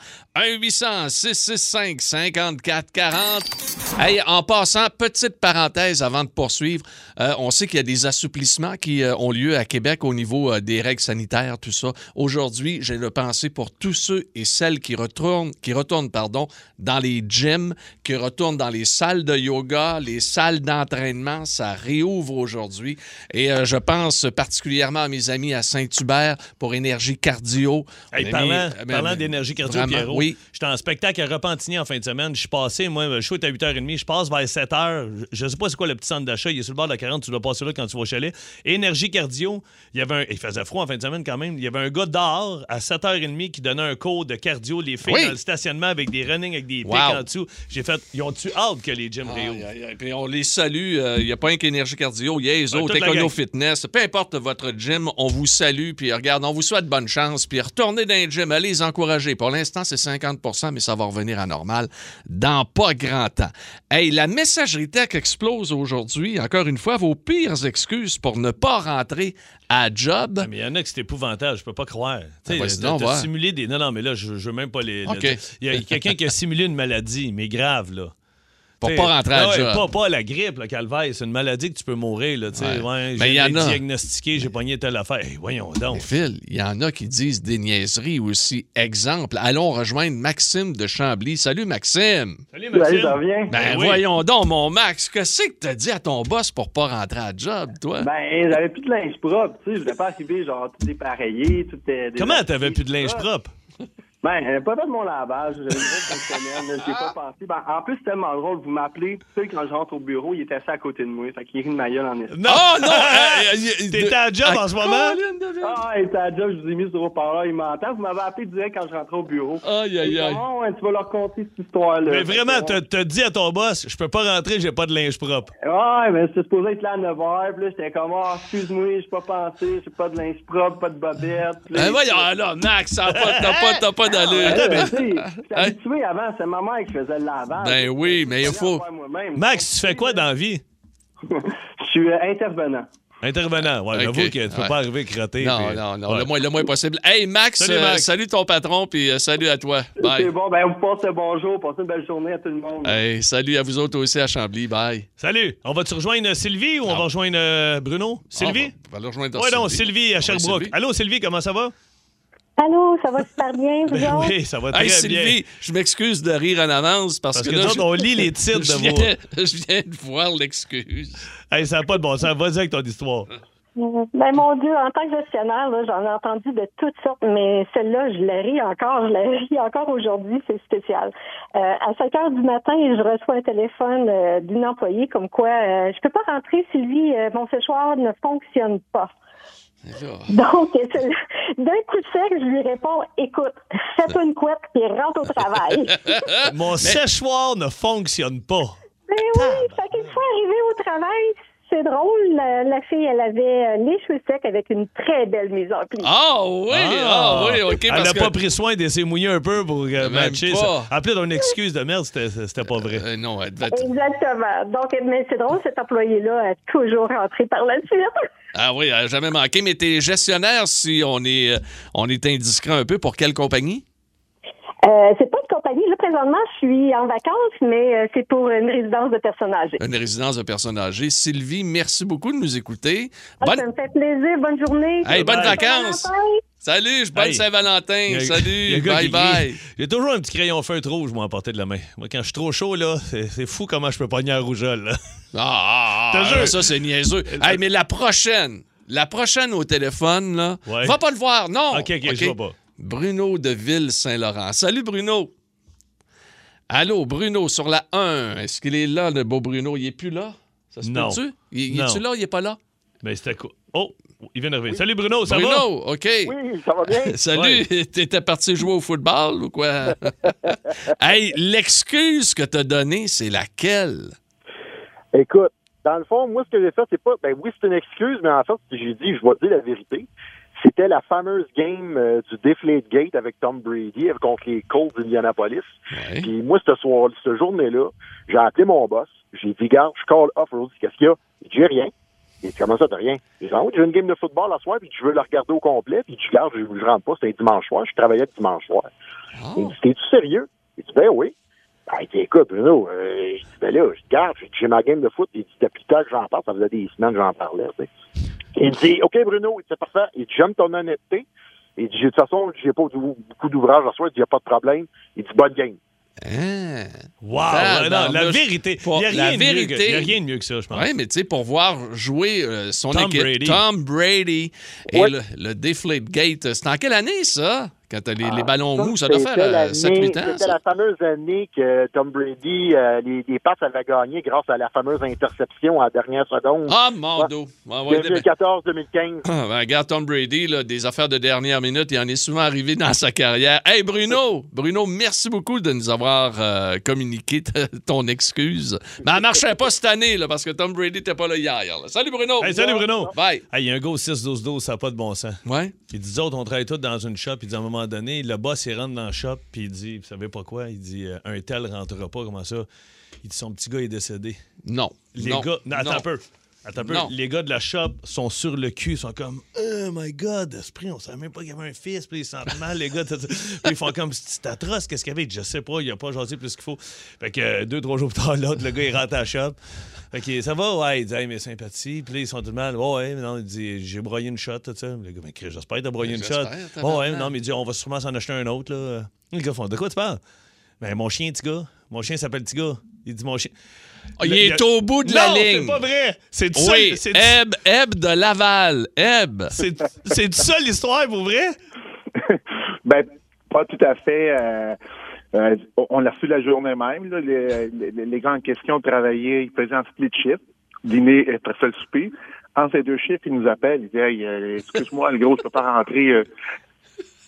1-800-665-5440. Hey, en passant, petite parenthèse avant de poursuivre, euh, on sait qu'il y a des assouplissements qui euh, ont lieu à Québec au niveau euh, des règles sanitaires, tout ça. Aujourd'hui, j'ai le pensée pour tous ceux et celles qui retournent, qui retournent pardon, dans les gyms, qui retournent dans les salles de yoga, les salles d'entraînement. Ça réouvre aujourd'hui. Et euh, je pense particulièrement à mes amis à Saint-Hubert pour énergie cardio. Hey, Mon ami, parlant euh, parlant mais- d'énergie cardio, vraiment, Pierrot, Oui. j'étais en spectacle à Repentigny en fin de semaine. Je suis passé, moi, je suis à 8h30, je passe vers 7h. Je- Je sais pas c'est quoi le petit centre d'achat, il est sur le bord de la 40, tu dois passer là quand tu vas au chalet. Énergie cardio, il y avait un, il faisait froid en fin de semaine quand même. Il y avait un gars dehors à 7h30 qui donnait un cours de cardio, les filles Oui. dans le stationnement avec des running, avec des pics Wow. Ah, en dessous. J'ai fait, ils ont-tu hâte que les gyms Aïe, réouvrent? aïe, aïe. Puis on les salue. Il n'y a pas un qu'énergie cardio. Il y a les Ouais, autres, Ben, toute la Econo gang. Fitness. Peu importe votre gym, on vous salue. Puis regarde, on vous souhaite bonne chance. Puis retournez dans les gym. Allez les encourager. Pour l'instant, c'est 50 mais ça va revenir à normal dans pas grand temps. Hey, la messagerie tech explose aujourd'hui. Encore une fois, vos pires excuses pour ne pas rentrer à job. Ah, Mais il y en a que c'est épouvantable, je peux pas croire. Tu Ben, vas-y sais, donc, t'as- t'as voir. simulé des. Non, non, mais là, je, je veux même pas les. les- OK. Il y a quelqu'un qui a simulé une maladie, mais grave, là. Pour T'sais, pas rentrer à ouais, job. Pas, pas la grippe, le calvaire. C'est une maladie que tu peux mourir. Là, t'sais. Ouais. Ouais, Mais j'ai y en été a. Ben, diagnostiqué, j'ai pogné telle affaire. Hey, voyons donc. Mais Phil, il y en a qui disent des niaiseries aussi. Exemple, allons rejoindre Maxime de Chambly. Salut, Maxime. Salut, Salut, ça revient? Ben Ben oui. voyons donc, mon Max, que c'est que t'as dit à ton boss pour pas rentrer à job, toi? Ben, j'avais plus de linge propre, tu sais. Je voulais pas arriver, genre, tout dépareillé, tout est. Comment t'avais plus de linge propre? Ben, j'avais pas fait de mon lavage. J'avais une grosse fin de semaine, là, J'ai pas pensé. Ben, en plus, c'est tellement drôle. Vous m'appelez. Tu sais, quand je rentre au bureau, il était assis à côté de moi. Fait qu'il rit de ma gueule en est. Non! Oh non! Euh, euh, T'étais à job en ce moment? Colin de- Ah, il était à job. Je vous ai mis sur haut-parleur. Il m'entend. Vous m'avez appelé direct quand je rentrais au bureau. Aïe, aïe, aïe. Bon, ouais, tu vas leur conter cette histoire-là. Mais vraiment, t'as t'as dit à ton boss, je peux pas rentrer, j'ai pas de linge propre. Ouais, mais c'était supposé être là à 9h. Puis là, j'étais comme, ah, excuse-moi, j'ai pas pensé. J'ai pas de linge propre, pas de bobette. Puis là, Ben voyons là, Max, ça a pas- t'as pas, t'as pas Ah, ben, d'allure. Ah, ben, Ouais, mais tu sais, j'étais habitué avant, c'est ma mère qui faisait le lavage. hein? Ben oui, mais il J'essayais faut- d'en faire moi-même. Max, tu fais quoi dans la vie? Je suis euh, intervenant. Intervenant, ouais, Ok, j'avoue que tu peux ouais. pas arriver crotté. Non, puis- non, non, Ouais. le, moins, le moins possible. Hey, Max, Salut, euh, salut, Max. ton patron, puis euh, salut à toi. C'est Bye. bon, ben, vous passez le bonjour, passez une belle journée à tout le monde. Hey, salut à vous autres aussi à Chambly. Bye. Salut, on va-tu rejoindre euh, Sylvie ou on Ah. va rejoindre euh, Bruno? Sylvie? On va, on va le rejoindre dans ouais, non, Sylvie à Ouais, Sherbrooke. Sylvie. Allô, Sylvie, comment ça va? Allô, ça va super bien, vous Ben autres? oui, ça va très Hey, bien. Sylvie, je m'excuse de rire en avance parce, Parce que, que, nous là, autres, je- on lit les titres je, de vos. viens, je viens de voir l'excuse. Hey, ça n'a pas de bon sens. Vas-y avec ton histoire. Ben mon Dieu, en tant que gestionnaire, là, j'en ai entendu de toutes sortes, mais celle-là, je la ris encore, je la ris encore aujourd'hui, c'est spécial. Euh, à 5 heures du matin, je reçois un téléphone euh, d'une employée comme quoi euh, je peux pas rentrer, Sylvie, euh, mon séchoir ne fonctionne pas. Donc, c'est- d'un coup de sec, je lui réponds, écoute, fais-toi une couette et rentre au travail. Mon séchoir ne fonctionne pas. Ben oui, fait qu'une fois arrivée au travail, c'est drôle, la, la fille, elle avait euh, les cheveux secs avec une très belle mise en pli. Ah oui, ah, oui, OK. Elle parce n'a que- pas pris soin de s'émouiller un peu pour euh, matcher. pas. ça. En plus, on a une excuse de merde, c'était c'était pas vrai. Euh, non, elle devait être- Exactement. Donc, mais c'est drôle, cet employé-là a toujours rentré par la suite. Ah oui, elle a jamais manqué. Mais t'es gestionnaire, si on est, euh, on est indiscret un peu, pour quelle compagnie? Euh, c'est pas une compagnie. Là, présentement, je suis en vacances, mais euh, c'est pour une résidence de personnes âgées. Une résidence de personnes âgées. Sylvie, merci beaucoup de nous écouter. Ah, Bonne, Ça me fait plaisir. Bonne journée. hey, bonnes Bye. vacances! Salut, bonne Hey. Saint-Valentin! Il y a- il y a Salut, un gars bye qui bye! crie. J'ai toujours un petit crayon feutre rouge, moi, à portée de la main. Moi, quand je suis trop chaud, là, c'est c'est fou comment je peux pogner un rougeole. là. Ah, ah, Te ah, jure. Euh, là, ça, c'est niaiseux. Hey, mais la prochaine, la prochaine au téléphone, là, Ouais. va pas le voir, non! OK, OK, je vois pas. Bruno de Ville-Saint-Laurent. Salut, Bruno! Allô, Bruno, sur la 1. Est-ce qu'il est là, le beau Bruno? Il est plus là? Ça se Non. peut-tu? Il, il Non. est-tu là? Il est pas là? Mais c'était quoi? Oh, il vient d'arriver. Salut Bruno, ça va? Bruno, OK. Oui, ça va bien? Salut, t'étais parti jouer au football ou quoi? hey, l'excuse que t'as donnée, c'est laquelle? Écoute, dans le fond, moi, ce que j'ai fait, c'est pas. Ben oui, c'est une excuse, mais en fait, j'ai dit, je vais dire la vérité. C'était la fameuse game euh, du Deflate Gate avec Tom Brady euh, contre les Colts d'Indianapolis. Ouais. Puis moi, ce soir, cette journée-là, j'ai appelé mon boss. J'ai dit, garde, je call off. Aujourd'hui, qu'est-ce qu'il y a? Il dit, j'ai rien. Il dit, comment ça, t'as rien? J'ai dit, Ah oui, j'ai une game de football la soir, puis je veux la regarder au complet. Puis je dis, garde, je, je rentre pas, c'était dimanche soir. Je travaillais le dimanche soir. Ah. Il me dit, t'es-tu sérieux? Il dit, ben oui. Ben, il dit, écoute, Bruno, euh, je dis, ben là, je garde, j'ai- j'ai ma game de foot. Il dit, depuis le temps que j'en parle, ça faisait des semaines que j'en parlais, tu sais. Il dit, OK, Bruno, il dit, c'est parfait. Il dit, j'aime ton honnêteté. Il dit, de toute façon, j'ai pas d'ou- beaucoup d'ouvrages à soir. Il dit, y a pas de problème. Il dit, bonne game. Hein? Wow, Ah, ouais, non, la barnouche. vérité. Il Pas- n'y a, la rien de mieux que- vérité. y a rien de mieux que ça, je pense. Oui, mais tu sais, pour voir jouer euh, son Tom équipe, Brady. Tom Brady et Ouais. le, le Deflate Gate, c'était en quelle année, ça? Quand t'as les, les ballons mous, ça doit Ah, C'était faire euh, l'année- 7-8 ans, C'était ça? la fameuse année que Tom Brady, euh, les, les passes avaient gagné grâce à la fameuse interception à la dernière seconde. Ah, mon dos! Ah, ouais, ben- 2014-2015. Ah, ben, regarde Tom Brady, là, des affaires de dernière minute, il en est souvent arrivé dans sa carrière. Hey Bruno, Bruno, merci beaucoup de nous avoir euh, communiqué t- ton excuse. Mais elle marchait pas cette année là, parce que Tom Brady n'était pas là hier. là. Salut Bruno. Hey, salut Bruno. Bye. Hey, Il y a un gars au 6-12-12, ça n'a pas de bon sens. Ouais. Il dit, autres, on travaille tous dans une shop. Il dit, à un moment donné, le boss, il rentre dans la shop, puis il dit, vous savez pas quoi? Il dit, euh, un tel rentrera pas, comment ça? Il dit, son petit gars est décédé. Non. Les non, gars, non, attends non. un peu. Attends un peu. Non. Les gars de la shop sont sur le cul, sont comme Oh my god, esprit, on savait même pas qu'il y avait un fils, puis ils sentent mal, les gars. Puis ils font comme c'est atroce, qu'est-ce qu'il y avait? Je sais pas, il a pas jasé plus qu'il faut. Fait que euh, deux, trois jours plus tard, l'autre, le gars, il rentre à la shop. Fait que ça va, ouais, il dit, hey, mes sympathies. Puis là, ils sont tout de mal, ouais, ouais, mais non, il dit, j'ai broyé une shot, tout ça. Le gars, mais Chris, j'espère que t'as broyé une shot. J'espère, Ouais, ouais, tabarnak. non, mais il dit, on va sûrement s'en acheter un autre, là. Les gars font, de quoi tu parles? Ben, mon chien, petit gars. Mon chien s'appelle petit gars. Il dit, mon chien. Ah, il est au bout de Non, la C'est ligne. pas vrai. C'est du Oui, Euh. seul- c'est du- Eb, Eb de Laval, Eb. c'est- C'est du seul l'histoire pour vrai. Ben, pas tout à fait. euh, euh, on l'a reçu la journée même. là. Les, les- les gars en question travaillaient, ils faisaient en split shift, dîner et après ça le souper. En ces deux chiffres, ils nous appellent. Ils disent Hey, euh, excuse-moi, le gros, je peux pas rentrer. euh,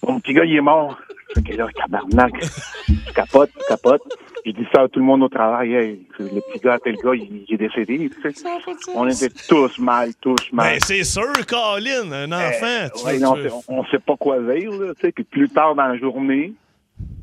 mon petit gars, il est mort. Fait que là, tabarnak. Je capote, je capote. J'ai dit ça à tout le monde au travail. Hey, le petit gars, tel gars, il, il est décédé. tu sais. On était tous mal, tous mal. Ben, c'est sûr, Colin, un enfant. tu Ouais, veux- non, tu c'est- veux- on, on sait pas quoi dire, là, tu sais, puis plus tard dans la journée,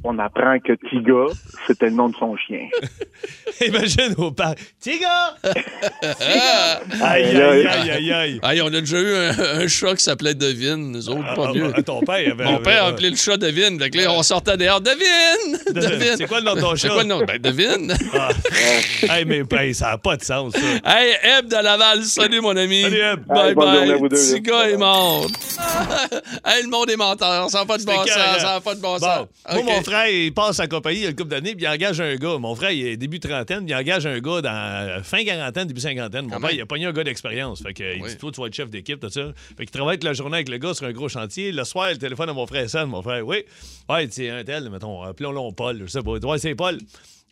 on apprend que Tiga, c'était le nom de son chien. Imagine au parc. Tiga! Ah! Aïe, aïe, aïe, aïe, aïe. Hey, on a déjà eu un, un chat qui s'appelait Devine, nous autres, pas mieux. Ah, Ton père avait. Mon père a avait- appelé le chat Devine. Fait que là, on sortait dehors. Devine! Devine! C'est quoi le nom de ton C'est chat? quoi le nom? Ben, Devine! Ah. Hey, mais ben, ça n'a pas de sens, ça. Hey, Eb de Laval, salut mon ami. Ah. Salut, Eb. Bye Hey, bonne bye. journée à vous deux, Petit là. gars est mort. hey, le monde est menteur. Ça n'a pas de bon sens. Fait que, euh, Ça n'a pas de bon, bon, sens. OK. Moi, mon frère, il passe sa compagnie il y a une couple d'années, puis il engage un gars. Mon frère, il est début trentaine, puis il engage un gars dans euh, fin quarantaine, début cinquantaine. Mon Quand père, même. il a pogné un gars d'expérience. Fait que, il Oui. dit, toi, tu vas être chef d'équipe, tout ça. Fait qu'il travaille toute la journée avec le gars sur un gros chantier. Le soir, le téléphone à mon frère sonne. Mon frère, oui. Ouais, c'est un tel, mettons, appelons-le Paul, je sais pas. Ouais, c'est Paul.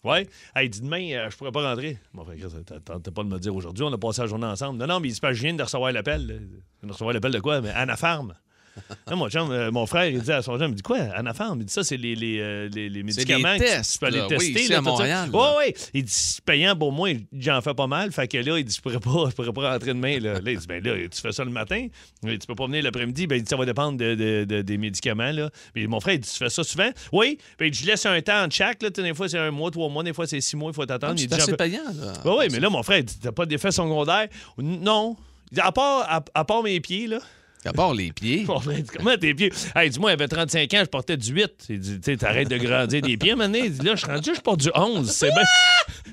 Ouais. Hey, il dit demain, euh, je pourrais pas rentrer. Mon frère, Chris, t'as- t'as t'as pas de me le dire aujourd'hui, on a passé la journée ensemble. Non, non, mais il se passe, je viens de recevoir l'appel. là. Je viens de recevoir l'appel de quoi? Mais Anna Farm. Non, mon, chum, euh, mon frère, il dit à son jeune, il me dit quoi, Anafarm? Il dit ça, c'est les, les, euh, les, les médicaments. les que tu- tests, tu peux aller là. Oui, tester. ici, là, à tout ça. Montréal, Ouais, là. ouais. Il dit, c'est payant pour moi, Il dit, j'en fais pas mal. Fait que là, il dit, je pourrais pas, je pourrais pas rentrer demain. Là. Là, il dit, ben là, tu fais ça le matin, mais tu peux pas venir l'après-midi. Ben, il dit, ça va dépendre de- de- de- des médicaments. Là. Puis mon frère, il dit, tu fais ça souvent? Oui. Ben, il dit, je laisse un temps en chaque. Là. Tu sais, Des fois, c'est un mois, trois mois, des fois, c'est six mois, il faut t'attendre. Il Ah, C'est dit, j'en assez fais- payant. Là. ben oui, mais là, mon frère, il dit, t'as pas d'effet secondaire? Non. Il dit, à part, à- à part mes pieds, là. À part les pieds. Mon frère dit, ben, comment tes pieds? Hey, dis-moi, il avait 35 ans, je portais du 8. Il dit, tu sais, t'arrêtes de grandir des pieds, maintenant. Il dit, là, je suis rendu, je porte du 11. C'est bien.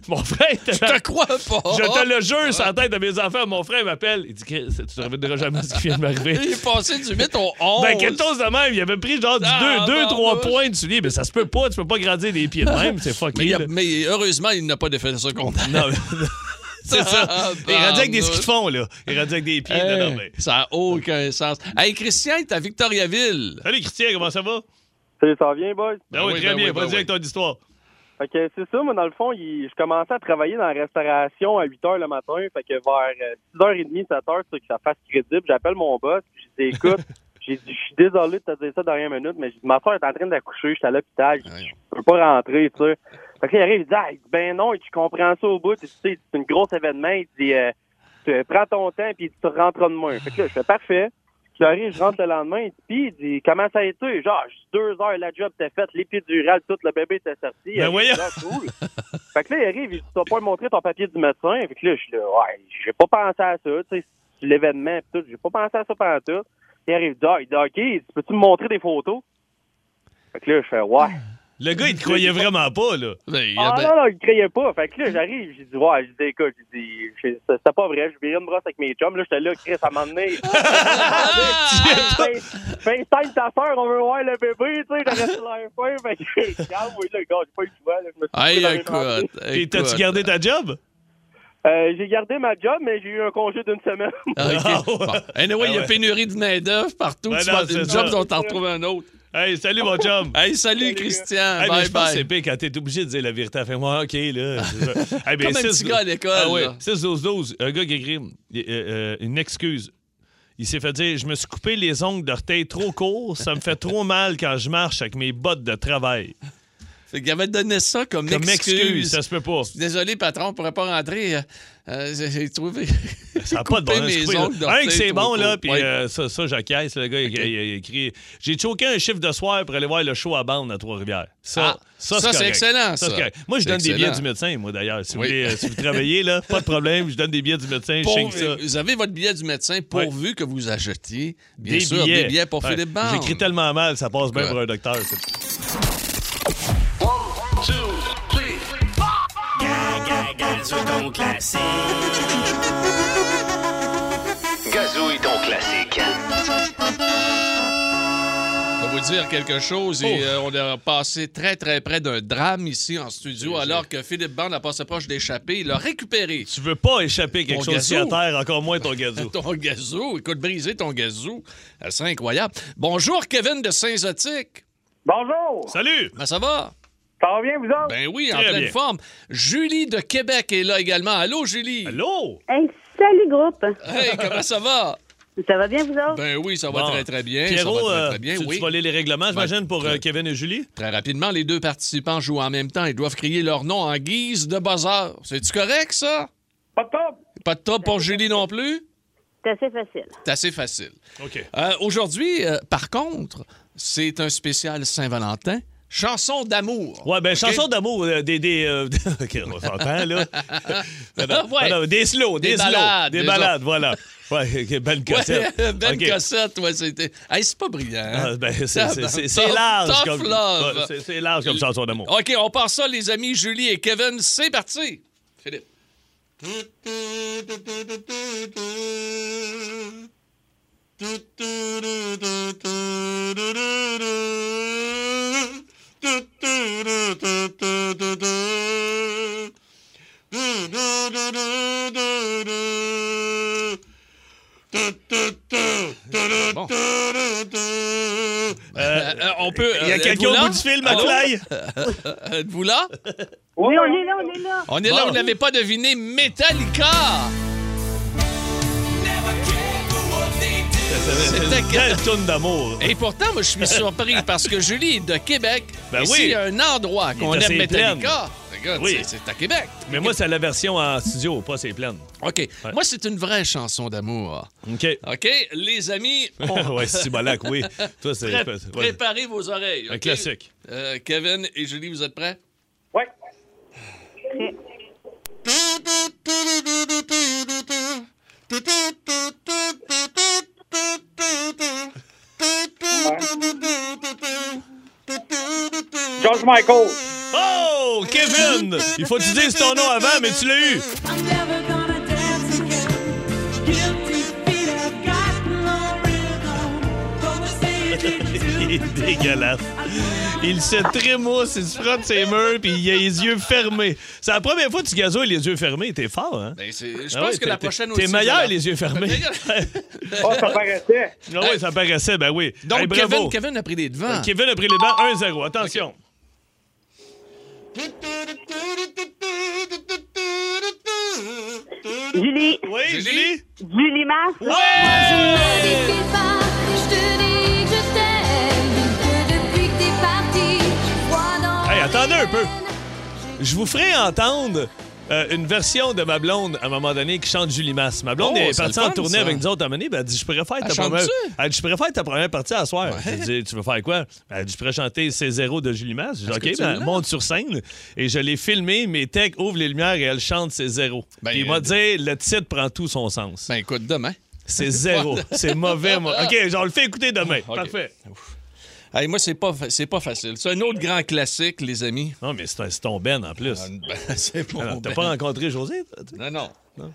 Mon frère, était Je te crois pas. je te le jure, sur la tête de mes enfants, mon frère m'appelle. Il dit, Chris, tu te reviendras jamais ce qui vient de m'arriver. Il est passé du 8 au 11. Ben, quelque chose de même. Il avait pris genre Ah, 2-3 barnouche. points de soulier. Mais ça se peut pas, tu peux pas grandir des pieds de même. C'est mais, fucké. il a- là. mais heureusement, il n'a pas d'effet secondaire. Non, mais- c'est ça. Ah, Il est rendu avec des barnouche. skis de fond, là. Il est rendu avec des pieds. Hey, Non, non, mais- Ça n'a aucun sens. Hey, Christian, est à Victoriaville. Salut, Christian, comment ça va? ça vient, boys. Ben Ben oui, oui, très ben bien. oui, ben Vas-y oui. avec ton histoire. Fait que c'est ça, moi, dans le fond, il- je commençais à travailler dans la restauration à 8 h le matin. Fait que vers euh, 6h30, 7h, pour que ça fasse crédible, j'appelle mon boss. Puis je dis, écoute, j'ai dit, je suis désolé de te dire ça dernière minute, mais j'ai dit, ma soeur est en train d'accoucher, j'étais à l'hôpital, je Ouais. peux pas rentrer, tu sais. Fait que là, il arrive, il dit, Ah, il dit, ben non, et tu comprends ça au bout, tu sais, c'est un gros événement. Il dit, Euh, tu prends ton temps, puis tu rentres demain. Fait que là, je fais parfait. J'arrive, je rentre le lendemain, il dit, puis il dit, comment ça a été? Genre, je suis deux heures, la job t'es faite, l'épidurale, tout, le bébé t'es sorti. Ben Il voyons. dit, Ah, cool. fait que là, il arrive, il dit, tu vas pas me montrer ton papier du médecin. Fait que là, je suis là, ouais, j'ai pas pensé à ça, tu sais, c'est l'événement, pis tout, j'ai pas pensé à ça pendant tout. Il arrive, il dit, Ah, il dit, OK, il dit, peux-tu me montrer des photos? Fait que là, je fais, ouais. Le gars, il te croyait vraiment pas, là. Ben, il y a Ah ben- non, non, il criait pas. Fait que là, j'arrive, j'ai dit, ouais, j'ai dit, écoute, j'ai dit, j'ai- c'était pas vrai, je virais une brosse avec mes chums. Là, j'étais là, Chris, à m'emmener. Ah! FaceTime ta soeur, on veut voir le bébé, tu sais, j'aurais sur l'air fin. ben, Fait que, calme, ah oui, là, gars, j'ai pas eu le choix, là, je me suis pris Hey, dans les écoute. Et écoute. t'as-tu gardé ta job? Euh, j'ai gardé ma job, mais j'ai eu un congé d'une semaine. Ah, ok. Ah, ouais. Bon. Anyway, Ah, il y a ouais. pénurie de main-d'œuvre partout. Ben tu non, vas c'est une ça. job dont t'en retrouves un autre. Hey, salut, mon chum. Hey, salut, Christian. Ah, bye Hey, mais je pense que bye. c'est pire quand t'es obligé de dire la vérité. Fais-moi, OK, là. c'est ça. hey, ben, Comme un petit 6, gars à l'école, Ah ouais, là. 6-12-12. Un gars qui écrit euh, euh, une excuse. Il s'est fait dire Je me suis coupé les ongles d'orteil trop courts. Ça me fait trop mal quand je marche avec mes bottes de travail. Fait qu'il avait donné ça comme, Comme excuse. excuse, ça se peut pas. Désolé, patron, on pourrait pas rentrer. Euh, euh, j'ai- J'ai trouvé. Ça n'a pas de bon Couper sens. mes couper, là. ongles d'orteil Un que c'est trop bon, là, courts. puis Ouais. euh, ça, ça j'acquiesce. Le gars, il- il, il a écrit J'ai choqué un chiffre de soir pour aller voir le show à bande à Trois-Rivières. Ça, Ah, ça, c'est correct. excellent, ça. c'est correct. Moi, je C'est donne des billets excellent. du médecin, moi, d'ailleurs. Si, vous Oui. voulez, euh, si vous travaillez, là, pas de problème, je donne des billets du médecin, je Pour- chigne ça. vous avez votre billet du médecin pourvu que vous achetiez, bien des sûr, billets. des billets pour Ouais. Philippe Bande. J'écris tellement mal, ça passe bien Écoute. pour un docteur. c'est- Gazou ton classique. Gazouille ton classique. Je vais vous dire quelque chose. Et, euh, on a passé très, très près d'un drame ici en studio, alors que Philippe Bande a passé proche d'échapper. Il a récupéré Tu veux pas échapper quelque Mon chose sur gazou. terre, encore moins ton gazou. ton gazou. Écoute, briser ton gazou. Euh, C'est incroyable. Bonjour, Kevin de Saint-Zotique. Bonjour! Salut! Ben, ça va? Ça va bien, vous autres? Ben oui, en Très pleine bien. forme. Julie de Québec est là également. Allô, Julie? Allô? Hey, salut groupe! Hey, comment ça va? Ça va bien, vous autres? Ben oui, ça va Bon. très, très bien. Pierrot, ça va très, euh, très bien, tu, oui. Ben, tu vas lire les règlements, j'imagine, pour euh, très- Kevin et Julie? Très rapidement, les deux participants jouent en même temps et doivent crier leur nom en guise de buzzer. C'est-tu correct, ça? Pas de top! Pas de top pour Julie non plus? C'est assez facile. C'est assez facile. OK. Euh, Aujourd'hui, euh, par contre, c'est un spécial Saint-Valentin. Chanson d'amour. Ouais, ben, OK? chanson d'amour, euh, des. des euh, OK, on s'entend, là. Non, non, Ouais. non, non, des slow, Ben, des, Des slow. ballades, des des balades, voilà. Ouais, OK, belle cassette. Ouais, ben OK. Cossette, ouais, c'était. Hey, c'est pas brillant. hein? Ah, ben, c'est- c'est- c'est c'est Tough- large. tough comme, love. Oh, Ouais, c'est- c'est large comme chanson d'amour. OK, on part ça, les amis, Julie et Kevin. C'est parti. Philippe. Euh, euh, Ah, oh. on peut. Il y a quelqu'un au bout du film, à Clay? Vous là? Oui, on est là, on est là. On est là, vous ne l'avez pas deviné, Metallica! C'était Quelle tourne d'amour. Et pourtant, moi, je suis surpris parce que Julie est de Québec. Ben Ici, oui. il y a un endroit qu'on est aime assez Metallica. Ben, Regarde, Oui. c'est- C'est à Québec. Mais moi, c'est la version en studio, pas c'est pleine. OK. Moi, c'est une vraie chanson d'amour. OK. OK, les amis, on- ouais, Sibolac, oui. Toi, c'est. Pré- ouais. préparez vos oreilles. Un OK? classique. Euh, Kevin et Julie, vous êtes prêts? George Michael. Oh, Kevin! Il faut que tu dises ton nom avant, mais tu l'as eu. Il est dégueulasse. Il se trémousse, il se frotte ses murs, puis il a les yeux fermés. C'est la première fois que tu gazouilles les yeux fermés. T'es fort, hein? Ben, c'est- je pense Ah ouais, que la t'es- prochaine T'es aussi. meilleur, je vais- les yeux fermés. Oh, ça paraissait. ah oui, ça paraissait, ben oui. Donc, Hey, Kevin, bravo. Kevin a pris des devants. Kevin a pris les bancs 1-0. Attention. Julie, Oui, Julie? Julie? Julie Masse. Hey, attendez un peu. Je vous ferai entendre euh, une version de ma blonde à un moment donné qui chante Julie Masse. Ma blonde Oh, est c'est partie le fun, en tournée ça. avec nous autres à un moment donné, ben, elle dit Je préfère ta Elle première. chante-tu? Elle dit Je préfère ta première partie à soir. J'ai dit Tu veux faire quoi? Elle dit Je pourrais chanter C'est zéro de Julie Masse. J'ai dit que OK, tu ben, l'as? monte sur scène. Et je l'ai filmé, mes techs ouvrent les lumières et elle chante C'est zéro. Ben, Puis il euh, m'a dit Le titre prend tout son sens. Ben, écoute, demain. C'est zéro. C'est mauvais, moi. OK, on le fait écouter demain. OK. Parfait. Hey, moi, c'est pas, fa- c'est pas facile. C'est un autre grand classique, les amis. Non, mais c'est un- c'est ton Ben en plus. Ben, c'est bon, Alors, T'as ben. pas rencontré José? toi, tu sais? Non, non.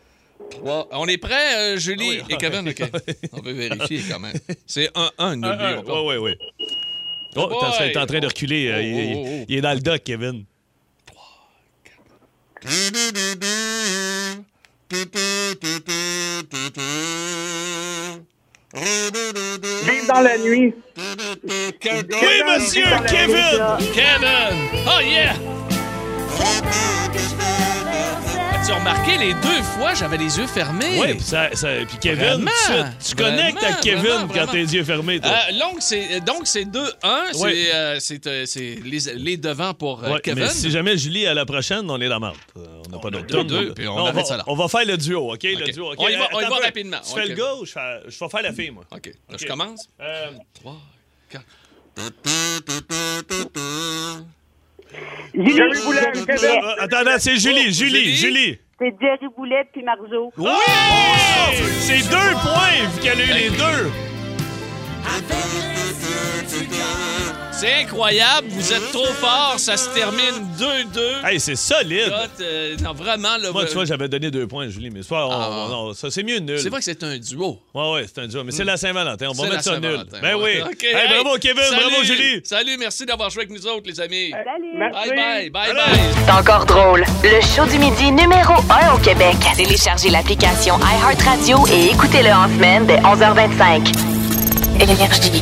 Trois. On est prêts, euh, Julie Ah oui, et Kevin? OK. On peut vérifier quand même. C'est 1-1, n'oublions pas. Oui, oui, oui. Oh, boy! t'as- t'es en train de reculer. euh, Oh, il, oh, oh. il est dans le dock, Kevin. Vive dans la nuit. Oui, monsieur Kevin! Kevin! Oh yeah! As-tu remarqué, les deux fois, j'avais les yeux fermés. Oui, puis ça, ça- puis Kevin, Vraiment, tout de suite, tu connectes vraiment, à Kevin vraiment, quand vraiment. tes yeux fermés. Toi. Euh, donc, c'est donc, c'est 2-1. Oui. C'est, euh, C'est euh, c'est les, les devants pour euh, Ouais, Kevin. mais si jamais Julie à la prochaine, on est dans marde. Euh, On n'a pas a d'autre deux, tour. deux, puis on Non, arrête va- ça là. On va faire le duo, OK? Le OK. duo, OK? On y va- on y Attends va un peu. rapidement, Tu OK. fais le gars ou je fais- je vais faire la fille, moi? OK. Là, OK. Je commence. Euh, 3, 4. Julie, Jerry Boulet, Kevin. Jerry Boulet. euh, attends, c'est Julie, Julie, Oh, Julie? Ah! Julie. C'est Jerry Boulet puis Marjo. Oui! C'est deux points, vu qu'elle a eu les deux. C'est incroyable. Vous êtes trop fort. Ça se termine 2-2. Hey, c'est solide. Scott, euh, non, vraiment, là. Moi, euh, tu vois, j'avais donné deux points, Julie, mais ce soir, on- Ah. on- on- ça, c'est mieux nul. c'est vrai que c'est un duo. Ouais, ouais, c'est un duo. Mais c'est la Saint-Valentin. On va C'est mettre la ça nul. Saint-Valentin. Ben oui. OK, Hey, hey, bravo, Kevin. Bravo, salut. Julie. Salut, merci d'avoir joué avec nous autres, les amis. Salut. Bye bye, bye Salut. bye. C'est encore drôle. Le show du midi numéro 1 au Québec. Téléchargez l'application iHeartRadio et écoutez-le en semaine dès 11h25. Énergie.